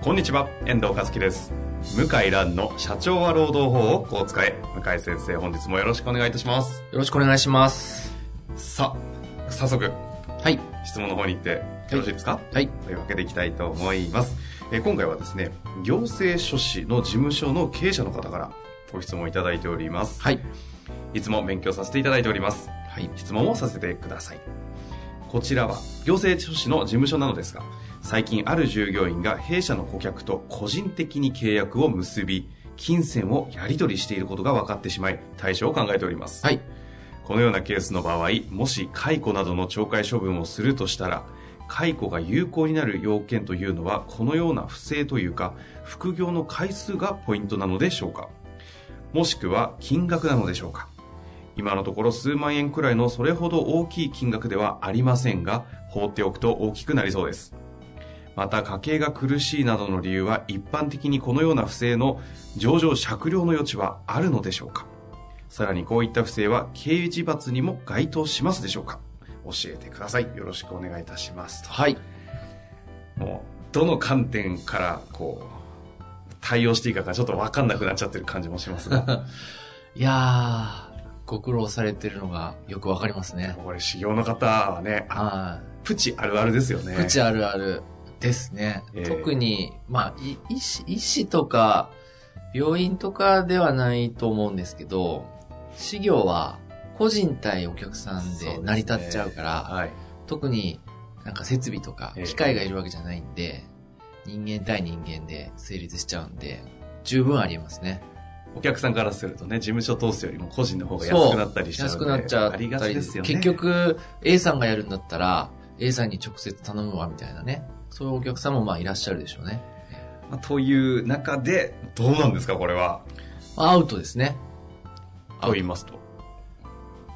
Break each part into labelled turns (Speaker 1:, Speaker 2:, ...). Speaker 1: こんにちは、遠藤和樹です。向井蘭の社長は労働法をこう使え。向井先生、本日もよろしくお願いいたします。
Speaker 2: よろしくお願いします。
Speaker 1: さあ、早速、
Speaker 2: はい。
Speaker 1: 質問の方に行ってよろしいですか、
Speaker 2: はい。
Speaker 1: というわけでいきたいと思います。えー今回はですね、行政書士の事務所の経営者の方からご質問いただいております。
Speaker 2: はい。
Speaker 1: いつも勉強させていただいております。
Speaker 2: はい。
Speaker 1: 質問をさせてください。こちらは行政書士の事務所なのですが、最近ある従業員が弊社の顧客と個人的に契約を結び、金銭をやり取りしていることが分かってしまい、対処を考えております。
Speaker 2: はい。
Speaker 1: このようなケースの場合、もし解雇などの懲戒処分をするとしたら、解雇が有効になる要件というのは、このような不正というか、副業の回数がポイントなのでしょうかもしくは金額なのでしょうか今のところ数万円くらいのそれほど大きい金額ではありませんが、放っておくと大きくなりそうです。また家計が苦しいなどの理由は一般的にこのような不正の上場酌量の余地はあるのでしょうかさらにこういった不正は刑事罰にも該当しますでしょうか教えてください。よろしくお願いいたしますと。
Speaker 2: はい。
Speaker 1: もう、どの観点からこう、対応していいかがちょっとわかんなくなっちゃってる感じもしますが、
Speaker 2: いやー、ご苦労されてるのがよくわかりますね。
Speaker 1: これ修行の方はね、あ
Speaker 2: は
Speaker 1: プチあるあるですよ
Speaker 2: い。
Speaker 1: ね。
Speaker 2: プチあるあるですね。
Speaker 1: えー
Speaker 2: 特に、まあ、い医師、医師とか、病院とかではないと思うんですけど、事業は個人対お客さんで成り立っちゃうから、
Speaker 1: はい。
Speaker 2: 特になんか設備とか
Speaker 1: ええ
Speaker 2: 機械がいるわけじゃないんで、人間対人間で成立しちゃうんで、十分ありえますね。
Speaker 1: お客さんからするとね、事務所通すよりも個人の方が安くなったりしちゃう
Speaker 2: 安
Speaker 1: ので
Speaker 2: くなっちゃっ
Speaker 1: あ
Speaker 2: た
Speaker 1: り
Speaker 2: り、
Speaker 1: がちですよね。
Speaker 2: 結、局 A さんがやるんだったら、A さんに直接頼むわみたいなね。そういうお客さんもまあいらっしゃるでしょうね。
Speaker 1: まあという中で、どうなんですか、これは。
Speaker 2: アウトですね。
Speaker 1: と言いますと。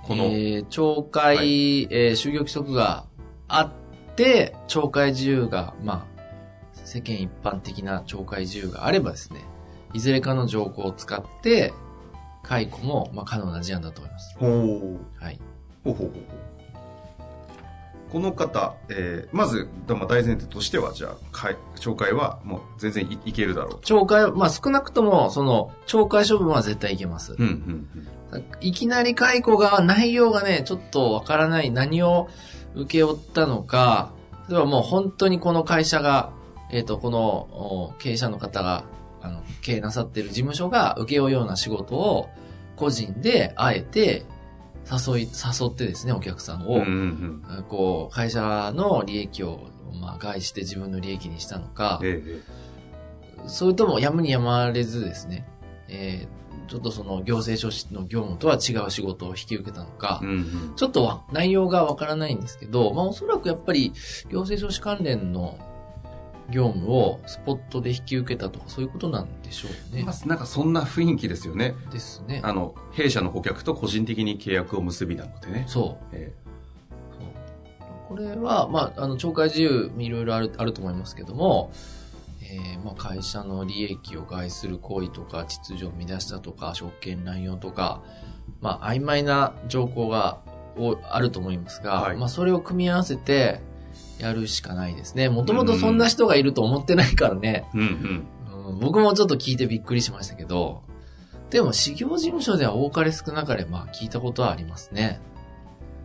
Speaker 1: この、
Speaker 2: えー懲戒、
Speaker 1: は
Speaker 2: えー就業規則があって、懲戒自由が、まあ、世間一般的な懲戒自由があればですね、いずれかの条項を使って、解雇も、まあ、可能な事案だと思います。
Speaker 1: ほう。
Speaker 2: はい。
Speaker 1: ほうほうほうほうこの方、えーまず、だまあ大前提としては、じゃあ、かい紹介はもう全然いいけるだろうと。
Speaker 2: 懲戒、まあ、少なくとも、その、懲戒処分は絶対いけます。
Speaker 1: うんうん
Speaker 2: いきなり解雇が、内容がね、ちょっとわからない、何を請け負ったのか、例えばもう本当にこの会社が、えっ、と、このお経営者の方が、あの、経営なさってる事務所が請け負うような仕事を、個人で、あえて、誘い、誘ってですね、お客さん
Speaker 1: うん。
Speaker 2: を、
Speaker 1: うんうん
Speaker 2: こう、会社の利益を、まあ、害して自分の利益にしたのか
Speaker 1: うん。、ええ
Speaker 2: それともやむにやまれずですね、えーちょっとその行政書士の業務とは違う仕事を引き受けたのか、
Speaker 1: うんうん。
Speaker 2: ちょっとは内容がわからないんですけど、まあおそらくやっぱり行政書士関連の業務をスポットで引き受けたとかそういうことなんでしょうね
Speaker 1: ま。あ、なんかそんな雰囲気ですよね。
Speaker 2: ですね。
Speaker 1: あの、弊社の顧客と個人的に契約を結びなのでね。
Speaker 2: そう。
Speaker 1: え
Speaker 2: これは、まあ、あの、懲戒自由、いろいろある、あると思いますけども、えーまあ、会社の利益を害する行為とか、秩序を乱したとか、職権乱用とか、まあ、曖昧な条項が、おあると思いますが、
Speaker 1: はい
Speaker 2: まあ、それを組み合わせて、やるしかないですね。もともとそんな人がいると思ってないからね、
Speaker 1: えうんうん。
Speaker 2: うん、僕もちょっと聞いてびっくりしましたけど、でも、事業事務所では多かれ少なかれ、まあ、聞いたことはありますね。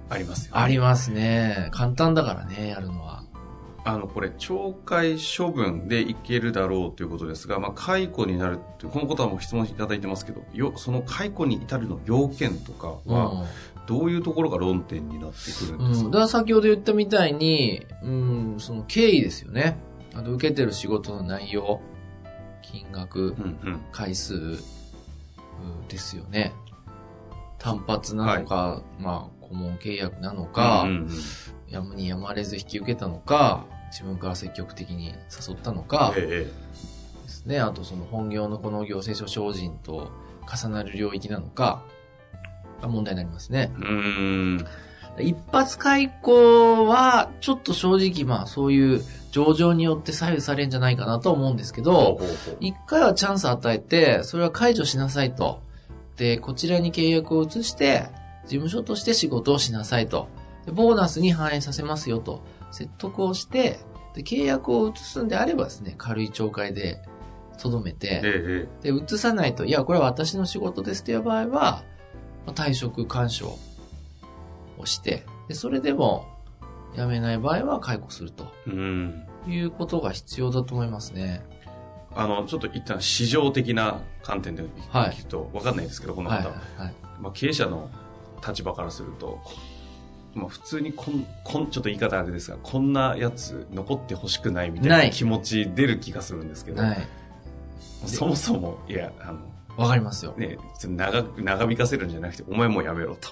Speaker 1: ありますよ、
Speaker 2: ありますね。簡単だからね、やるのは。
Speaker 1: あの、これ、懲戒処分でいけるだろうということですが、まあ、解雇になるって、このことはもう質問いただいてますけど、よ、その解雇に至るの要件とかは、どういうところが論点になってくる
Speaker 2: うん
Speaker 1: です
Speaker 2: ん。だか
Speaker 1: か、
Speaker 2: ら先ほど言ったみたいに、うん、その経緯ですよね。あと受けてる仕事の内容、金
Speaker 1: う、
Speaker 2: 額
Speaker 1: ん、うん
Speaker 2: 回数、うんですよね。単発なのか、まあ、顧問契約なのか、
Speaker 1: うんうん
Speaker 2: やむにやまれず引き受けたのか、自分から積極的に誘ったのか、
Speaker 1: え
Speaker 2: ですね。あとその本業のこの行政書精進と重なる領域なのか、が問題になりますね。
Speaker 1: えうーん。
Speaker 2: 一発開口は、ちょっと正直まあそういう上場によって左右されるんじゃないかなと思うんですけど、
Speaker 1: ほうほうほう
Speaker 2: 一回はチャンス与えて、それは解除しなさいと。で、こちらに契約を移して、事務所として仕事をしなさいと。でボーナスに反映させますよと。説得をして、で契約を移すんであればですね、軽い懲戒で、とどめて、
Speaker 1: ええ
Speaker 2: で、移さないと、いや、これは私の仕事ですっていう場合は、まあ退職勧奨をして、で、それでも辞めない場合は解雇すると
Speaker 1: ええうん。
Speaker 2: いうことが必要だと思いますね。
Speaker 1: あの、ちょっと一旦市場的な観点で
Speaker 2: はい
Speaker 1: 聞くと分かんないですけど、この
Speaker 2: はい
Speaker 1: 方、
Speaker 2: はいはい。
Speaker 1: まあ、経営者の立場からすると、まあ、普通にこんこん、ちょっと言い方あれですが、こんなやつ残ってほしくないみたい
Speaker 2: な
Speaker 1: ない気持ち出る気がするんですけど、
Speaker 2: はい。
Speaker 1: そもそも、いや、あの、
Speaker 2: わかりますよ。
Speaker 1: ね、ちょっと長く長引かせるんじゃなくて、お前もうやめろと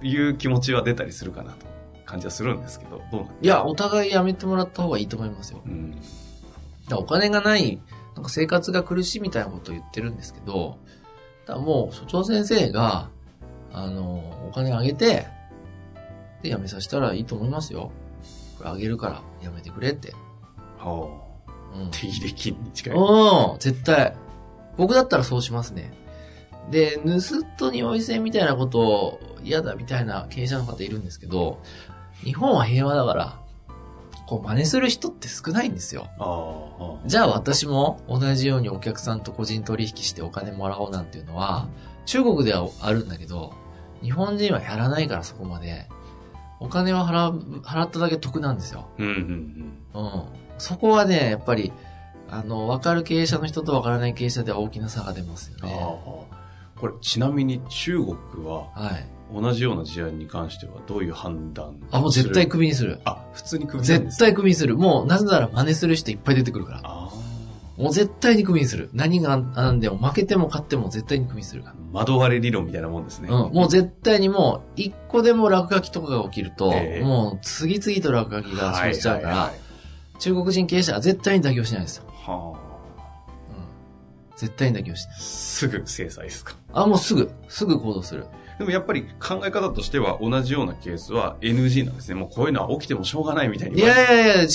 Speaker 2: うん。
Speaker 1: いう気持ちは出たりするかなと感じはするんですけど、どうなん
Speaker 2: いや、お互い辞めてもらった方がいいと思いますよ。
Speaker 1: うん。
Speaker 2: だからお金がない、なんか生活が苦しいみたいなことを言ってるんですけど、だからもう所長先生が、あの、お金あげて、で、辞めさせたらいいと思いますよ。これあげるから、辞めてくれって。
Speaker 1: はあ。
Speaker 2: うん。
Speaker 1: 手入れ金に近い。
Speaker 2: うん、絶対。僕だったらそうしますね。で、盗っ人においせみたいなことを嫌だみたいな経営者の方いるんですけど、日本は平和だから、こう真似する人って少ないんですよ。
Speaker 1: ああ。
Speaker 2: じゃあ私も同じようにお客さんと個人取引してお金もらおうなんていうのは、中国ではあるんだけど、日本人はやらないからそこまで。お金は払う、払っただけ得なんですよ。
Speaker 1: うんうんうん。
Speaker 2: うん。そこはね、やっぱり、あの、わかる経営者の人とわからない経営者では大きな差が出ますよ
Speaker 1: あ
Speaker 2: ね。
Speaker 1: あ。これ、ちなみに中国は、
Speaker 2: はい。
Speaker 1: 同じような事案に関してはどういう判断
Speaker 2: あ、もう絶対
Speaker 1: する
Speaker 2: クビにする。
Speaker 1: あ、普通に首なんで
Speaker 2: 絶
Speaker 1: すね
Speaker 2: 対クビにする。もう、なぜなら真似する人いっぱい出てくるから。
Speaker 1: あ
Speaker 2: もう絶対にクビにする。何がなんでも負けても勝っても絶対にクビにするから
Speaker 1: あ。。窓割れ理論みたいなもんですね。
Speaker 2: うん、もう絶対にもう、一個でも落書きとかが起きると、
Speaker 1: ええ
Speaker 2: もう次々と落書きが生じちゃうから、
Speaker 1: はいはい
Speaker 2: 中国人経営者は絶対に妥協しないんですよ。
Speaker 1: はいは
Speaker 2: うん、絶対に妥協しない。
Speaker 1: あ。すぐ制裁ですか。
Speaker 2: あ、もうすぐ、すぐ行動する。
Speaker 1: でもやっぱり考え方としては同じようなケースは NG なんですね。もうこういうのは起きてもしょうがないみたいに。
Speaker 2: いやいやいや、違う違う。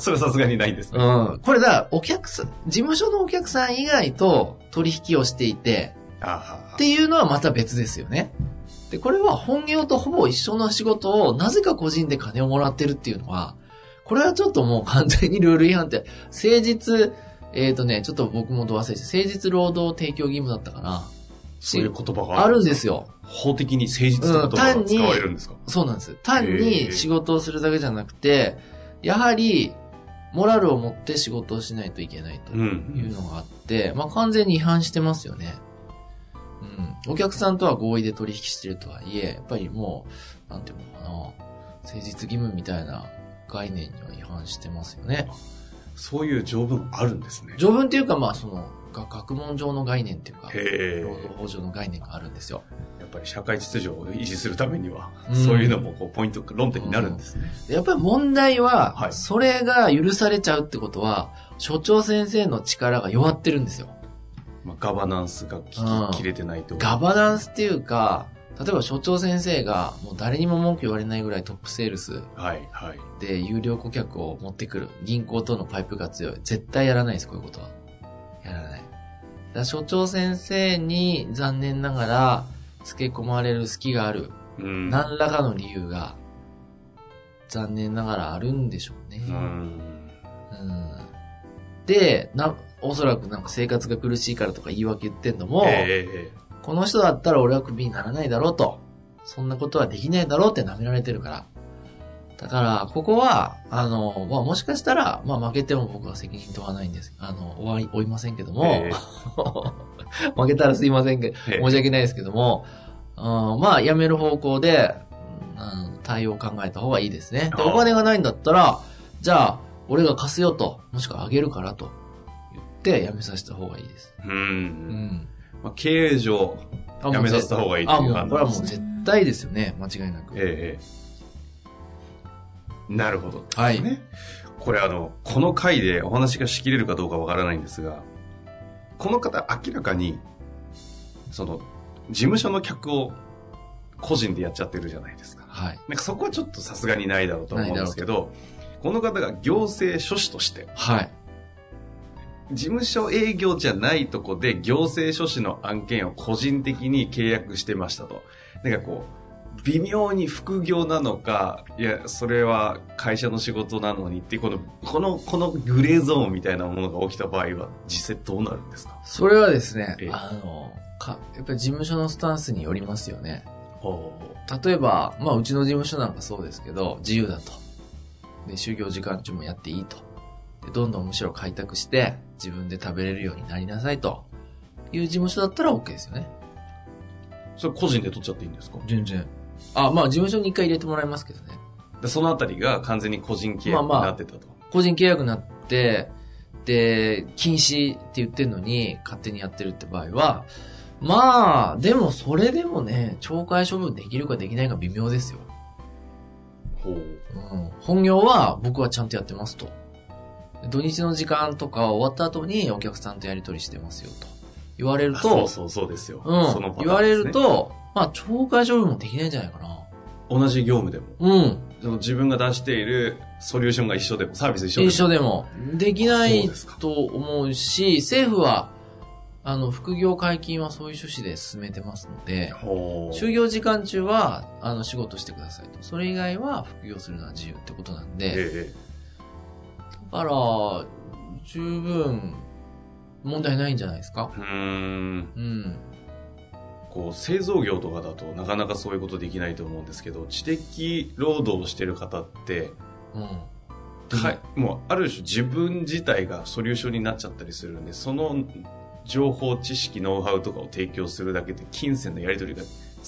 Speaker 1: それはさすがにないですね。
Speaker 2: うん、これだ、お客さん、事務所のお客さん以外と取引をしていて、
Speaker 1: あ
Speaker 2: っていうのはまた別ですよね。で、これは本業とほぼ一緒の仕事をなぜか個人で金をもらってるっていうのは、これはちょっともう完全にルール違反って、誠実、えっ、とね、ちょっと僕もど忘れして、誠実労働提供義務だったかな。
Speaker 1: そういう言葉が。
Speaker 2: あるんですすよ。
Speaker 1: 法的に誠実な言葉が使われるんですか、
Speaker 2: そうなんです。単
Speaker 1: へー
Speaker 2: に仕事をするだけじゃなくて、やはり、モラルを持って仕事をしないといけないと。いうのがあって、まあ、完全に違反してますよね。うん。お客さんとは合意で取引してるとはいえ、やっぱりもう、なんていうのかな、誠実義務みたいな概念には違反してますよね。
Speaker 1: そういう条文あるんですね。
Speaker 2: 条文っていうか、まあ、その、が学問上の概念っていうか、
Speaker 1: へ
Speaker 2: 労働
Speaker 1: え。
Speaker 2: 法上の概念があるんですよ。
Speaker 1: やっぱり社会秩序を維持するためには、
Speaker 2: うん
Speaker 1: そういうのもこうポイント、論点になるんですね。
Speaker 2: でやっぱり問題は、
Speaker 1: はい
Speaker 2: それが許されちゃうってことは、所長先生の力が弱ってるんですよ。
Speaker 1: まあ、ガバナンスがき
Speaker 2: うん
Speaker 1: 切れてないと。
Speaker 2: ガバナンスっていうか、例えば所長先生が、もう誰にも文句言われないぐらいトップセールス
Speaker 1: はい、はい。
Speaker 2: で有料顧客を持ってくる。銀行とのパイプが強い。絶対やらないです、こういうことは。やらない。だから所長先生に残念ながら付け込まれる隙がある。
Speaker 1: うん。
Speaker 2: 何らかの理由が残念ながらあるんでしょうね。
Speaker 1: うん。
Speaker 2: うんで、な、おそらくなんか生活が苦しいからとか言い訳言ってんのも、
Speaker 1: え
Speaker 2: この人だったら俺はクビにならないだろうと。そんなことはできないだろうって舐められてるから。だから、ここは、あの、まあ、もしかしたら、まあ、負けても僕は責任問わないんです。あの、負い、負いませんけど
Speaker 1: え
Speaker 2: も、
Speaker 1: え
Speaker 2: 負けたらすいませんけど、
Speaker 1: え
Speaker 2: 申し訳ないですけども、うん、まあ、やめる方向で、うん、対応を考えた方がいいですね。で、
Speaker 1: ああ
Speaker 2: お金がないんだったら、じゃあ、俺が貸すよと、もしくはあげるからと、言って、やめさせた方がいいです。
Speaker 1: う。
Speaker 2: うんん。
Speaker 1: まあ、経営上、
Speaker 2: あ
Speaker 1: やめさせた方がいいっていう
Speaker 2: もう
Speaker 1: 判断
Speaker 2: あもうこれはもう絶対ですよね、間違いなく。
Speaker 1: ええなるほど。
Speaker 2: はい。
Speaker 1: ね。これあの、この回でお話がしきれるかどうかわからないんですが、この方明らかに、その、事務所の客を個人でやっちゃってるじゃないですか。
Speaker 2: はい。
Speaker 1: なんかそこはちょっとさすがにないだろうと思うんですけど、この方が行政書士として、
Speaker 2: はい。
Speaker 1: 事務所営業じゃないとこで行政書士の案件を個人的に契約してましたと。なんかこう、微妙に副業なのか、いや、それは会社の仕事なのにっていう、この、この、このグレーゾーンみたいなものが起きた場合は、実際どうなるんですか
Speaker 2: それはですね
Speaker 1: ええ、
Speaker 2: あの、か、やっぱり事務所のスタンスによりますよね。
Speaker 1: お
Speaker 2: 例えば、まあ、うちの事務所なんかそうですけど、自由だと。で、就業時間中もやっていいと。で、どんどんむしろ開拓して、自分で食べれるようになりなさいと。いう事務所だったら OK ですよね。
Speaker 1: それ個人で取っちゃっていいんですか
Speaker 2: 全然。あ、まあ、事務所に一回入れてもらいますけどね。
Speaker 1: でそのあたりが完全に個人契約になってたと。
Speaker 2: 個人契約になって、で、禁止って言ってんのに、勝手にやってるって場合は、まあ、でもそれでもね、懲戒処分できるかできないか微妙ですよ。
Speaker 1: ほう。
Speaker 2: うん、本業は僕はちゃんとやってますと。土日の時間とか終わった後にお客さんとやり取りしてますよと言われる
Speaker 1: あ
Speaker 2: と、
Speaker 1: そうそうそうですよ。
Speaker 2: うん
Speaker 1: そのパターンですね
Speaker 2: 言われる、と、まあ懲戒処分もできないんじゃないかな。
Speaker 1: 同じ業務でも、
Speaker 2: うん。
Speaker 1: その自分が出しているソリューションが一緒でも、サービス一緒で
Speaker 2: 一
Speaker 1: も。
Speaker 2: 緒でも。できな
Speaker 1: そう
Speaker 2: い
Speaker 1: ですか
Speaker 2: と思うし、政府は、あの、副業解禁はそういう趣旨で進めてますので、
Speaker 1: ほう
Speaker 2: 就業時間中は、あの、仕事してくださいと。それ以外は副業するのは自由ってことなんで、
Speaker 1: え
Speaker 2: だから、十分、問題ないんじゃないですか
Speaker 1: えうーん
Speaker 2: うん。
Speaker 1: こう製造業とかだとなかなかそういうことできないと思うんですけど知的労働をしてる方って、
Speaker 2: うん。
Speaker 1: はい、もうある種自分自体がソリューションになっちゃったりするんでその情報知識ノウハウとかを提供するだけで金銭のやり取りが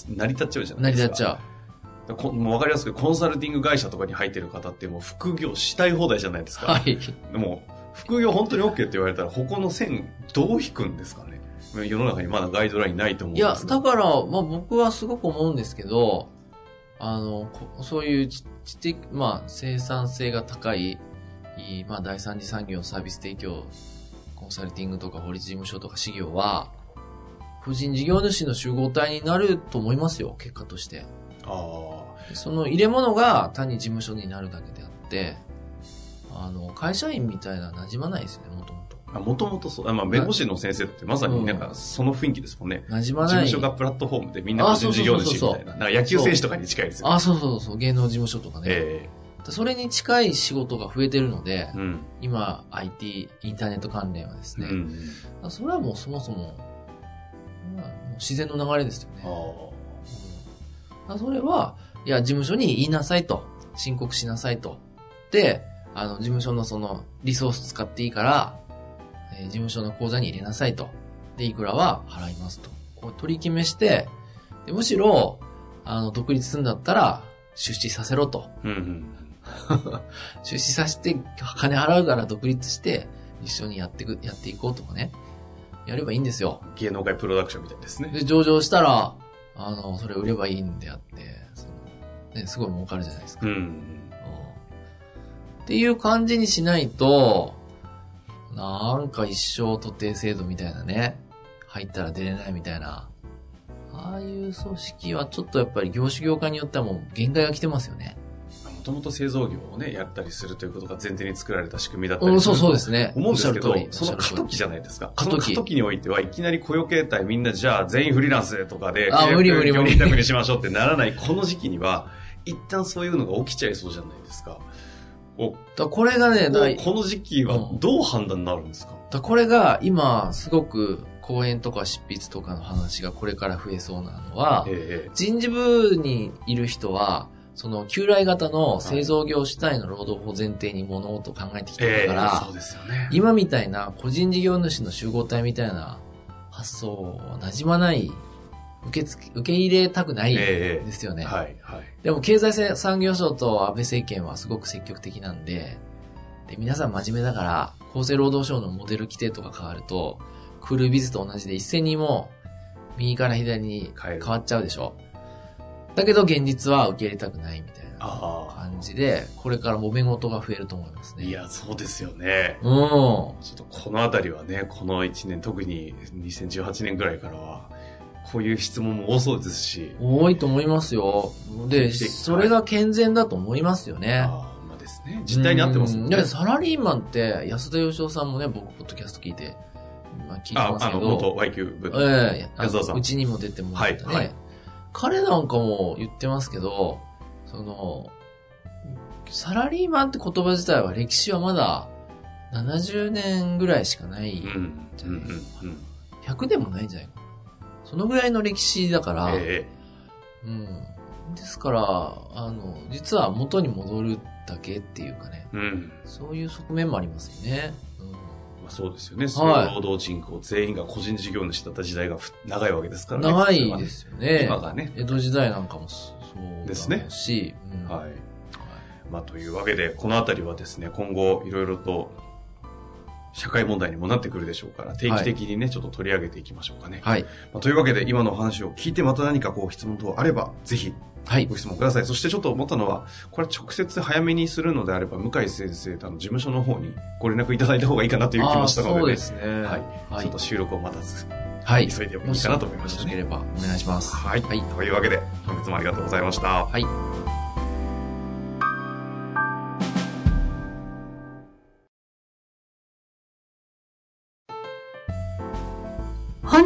Speaker 1: 成り立っちゃうじゃな
Speaker 2: 成
Speaker 1: い
Speaker 2: り
Speaker 1: です
Speaker 2: 立
Speaker 1: か
Speaker 2: っちゃ
Speaker 1: だからこもう分かりやすくコンサルティング会社とかに入ってる方ってもう副業したい放題じゃないです
Speaker 2: う。
Speaker 1: か、
Speaker 2: はい。
Speaker 1: でも副業本当に OK って言われたらここの線どう引くんですかね世の中にまだガイドラインないと思うん
Speaker 2: い
Speaker 1: です
Speaker 2: や、
Speaker 1: が
Speaker 2: だから、まあ僕はすごく思うんですけど、あの、こそういう知知的、まあ生産性が高い、いいまあ第三次産業サービス提供、コンサルティングとか法律事務所とか事業は、個人事業主の集合体になると思いますよ、結果として。
Speaker 1: あ
Speaker 2: その入れ物が単に事務所になるだけであって、あの、会社員みたいな馴染まないですよね、もともと。
Speaker 1: あ、もともとそう、あまあ、弁護士の先生ってまさになんかその雰囲気ですもんね。
Speaker 2: 馴染ま
Speaker 1: 事
Speaker 2: ない。
Speaker 1: 務所がプラットフォームでみんな個人事業主みたいな。なんか野球選手とかに近いですよね。
Speaker 2: あ、そうそうそう、芸能事務所とかね。
Speaker 1: え
Speaker 2: それに近い仕事が増えてるので
Speaker 1: え、うん。
Speaker 2: 今 IT、インターネット関連はです
Speaker 1: う
Speaker 2: ね、
Speaker 1: ん。
Speaker 2: それはもうそもそも、まあもう自然の流れですよね。
Speaker 1: あ
Speaker 2: うんそれは、いや、事務所に言いなさいと、申告しなさいと。で、あの、事務所のその、リソース使っていいから、えー事務所の口座に入れなさいと。で、いくらは払いますと。こう取り決めして、でむしろ、あの、独立するんだったら、出資させろと。
Speaker 1: あ。うんうん。
Speaker 2: 出資させて、金払うから独立して、一緒にやってく、やっていこうとかね。やればいいんですよ。
Speaker 1: 芸能界プロダクションみたいですね。
Speaker 2: で、上場したら、あの、それ売ればいいんであって、そのね、すごい儲かるじゃないですか。
Speaker 1: う
Speaker 2: うん
Speaker 1: ん。
Speaker 2: っていう感じにしないと、なんか一生特定制度みたいなね、入ったら出れないみたいな、ああいう組織はちょっとやっぱり業種業界によってはもう限界が来てますよね。
Speaker 1: もともと製造業をね、やったりするということが前提に作られた仕組みだったり。
Speaker 2: うん、そうそうですすね。
Speaker 1: 思うんですけど
Speaker 2: おっしゃる通り、
Speaker 1: その過渡期じゃないですか。
Speaker 2: 過
Speaker 1: 過
Speaker 2: 渡
Speaker 1: 渡
Speaker 2: 期
Speaker 1: 期。過渡期においては、いきなり雇用形態みんなじゃあ全員フリーランスとかで、
Speaker 2: あ無理無理無理
Speaker 1: 委託にしましょうってならない、この時期には、一旦そういうのが起きちゃいそうじゃないですか。お
Speaker 2: だからこれがね、だから
Speaker 1: この時期はどう判断になるんですか、
Speaker 2: だこれが今すごく講演とか執筆とかの話がこれから増えそうなのは、
Speaker 1: ええ
Speaker 2: 人事部にいる人は、その旧来型の製造業主体の労働法を前提に物事を考えてきて
Speaker 1: え
Speaker 2: る
Speaker 1: え
Speaker 2: から、
Speaker 1: そうですよね。
Speaker 2: 今みたいな個人事業主の集合体みたいな発想は馴染まない、受け付け、受け入れたくないで
Speaker 1: ええ
Speaker 2: すよね。
Speaker 1: はい、はい。
Speaker 2: でも経済産業省と安倍政権はすごく積極的なんで、で、皆さん真面目だから、厚生労働省のモデル規定とか変わると、クールビズと同じで一斉にもう、右から左に
Speaker 1: 変え
Speaker 2: 変
Speaker 1: る
Speaker 2: わっちゃうでしょ。だけど現実は受け入れたくないみたいな
Speaker 1: ああ。
Speaker 2: 感感じで、これから揉め事が増えると思いますね。
Speaker 1: い。や、そうですよね。
Speaker 2: うん。
Speaker 1: ちょっとこのあたりはね、この1年、特に2018年ぐらいからは、こういう質問も多そうですし、
Speaker 2: 多いと思いますよ。で、それが健全だと思いますよね。
Speaker 1: あーまあですね、実態に合ってますもん
Speaker 2: う
Speaker 1: ね
Speaker 2: だ。ってサラリーマンって、安田義雄さんもね、僕、ポッドキャスト聞いて、まあ、聞いて
Speaker 1: あ
Speaker 2: ま、す
Speaker 1: あ
Speaker 2: け
Speaker 1: の、
Speaker 2: ど。
Speaker 1: 元 Y 級部の。
Speaker 2: ええあの
Speaker 1: 安田さん
Speaker 2: うちにも出てもらってね、
Speaker 1: はいはい
Speaker 2: 彼なんかも言ってますけど、その、サラリーマンって言葉自体は歴史はまだ70年ぐらいしかない、
Speaker 1: うん、うん、うん、うん。
Speaker 2: 100年もないんじゃないかな。そのぐらいの歴史だから、
Speaker 1: え
Speaker 2: うん。ですから、あの、実は元に戻るだけっていうかね、
Speaker 1: えうん。
Speaker 2: そういう側面もありますよね。うん
Speaker 1: まあ、そうですよね。その労働人口全員が個人事業主だった時代がふ長いわけですからね。
Speaker 2: 長いですよね。
Speaker 1: 今がね。
Speaker 2: 江戸時代なんかもそう
Speaker 1: ですね
Speaker 2: だろうし、うん
Speaker 1: はい。まあ、というわけで、このあたりはですね、今後いろいろと社会問題にもなってくるでしょうから、定期的にね、ちょっと取り上げていきましょうかね。
Speaker 2: はい。
Speaker 1: まあ、というわけで、今のお話を聞いて、また何かこう質問等あれば、ぜひ
Speaker 2: はい。
Speaker 1: ご質問ください。そしてちょっと思ったのは、これ直接早めにするのであれば、向井先生とあの事務所の方にご連絡いただいた方がいいかなという気もしたので、
Speaker 2: あー
Speaker 1: ね、
Speaker 2: そうですね。
Speaker 1: はい
Speaker 2: は
Speaker 1: ちょ
Speaker 2: い
Speaker 1: っと。収録を待たず、
Speaker 2: はい。
Speaker 1: 急いでもいいかなと思いました
Speaker 2: もしよ
Speaker 1: ね。
Speaker 2: ろしければお願いします。
Speaker 1: はい。
Speaker 2: はい
Speaker 1: というわけで、本日もありがとうございました。
Speaker 2: はい。
Speaker 3: 本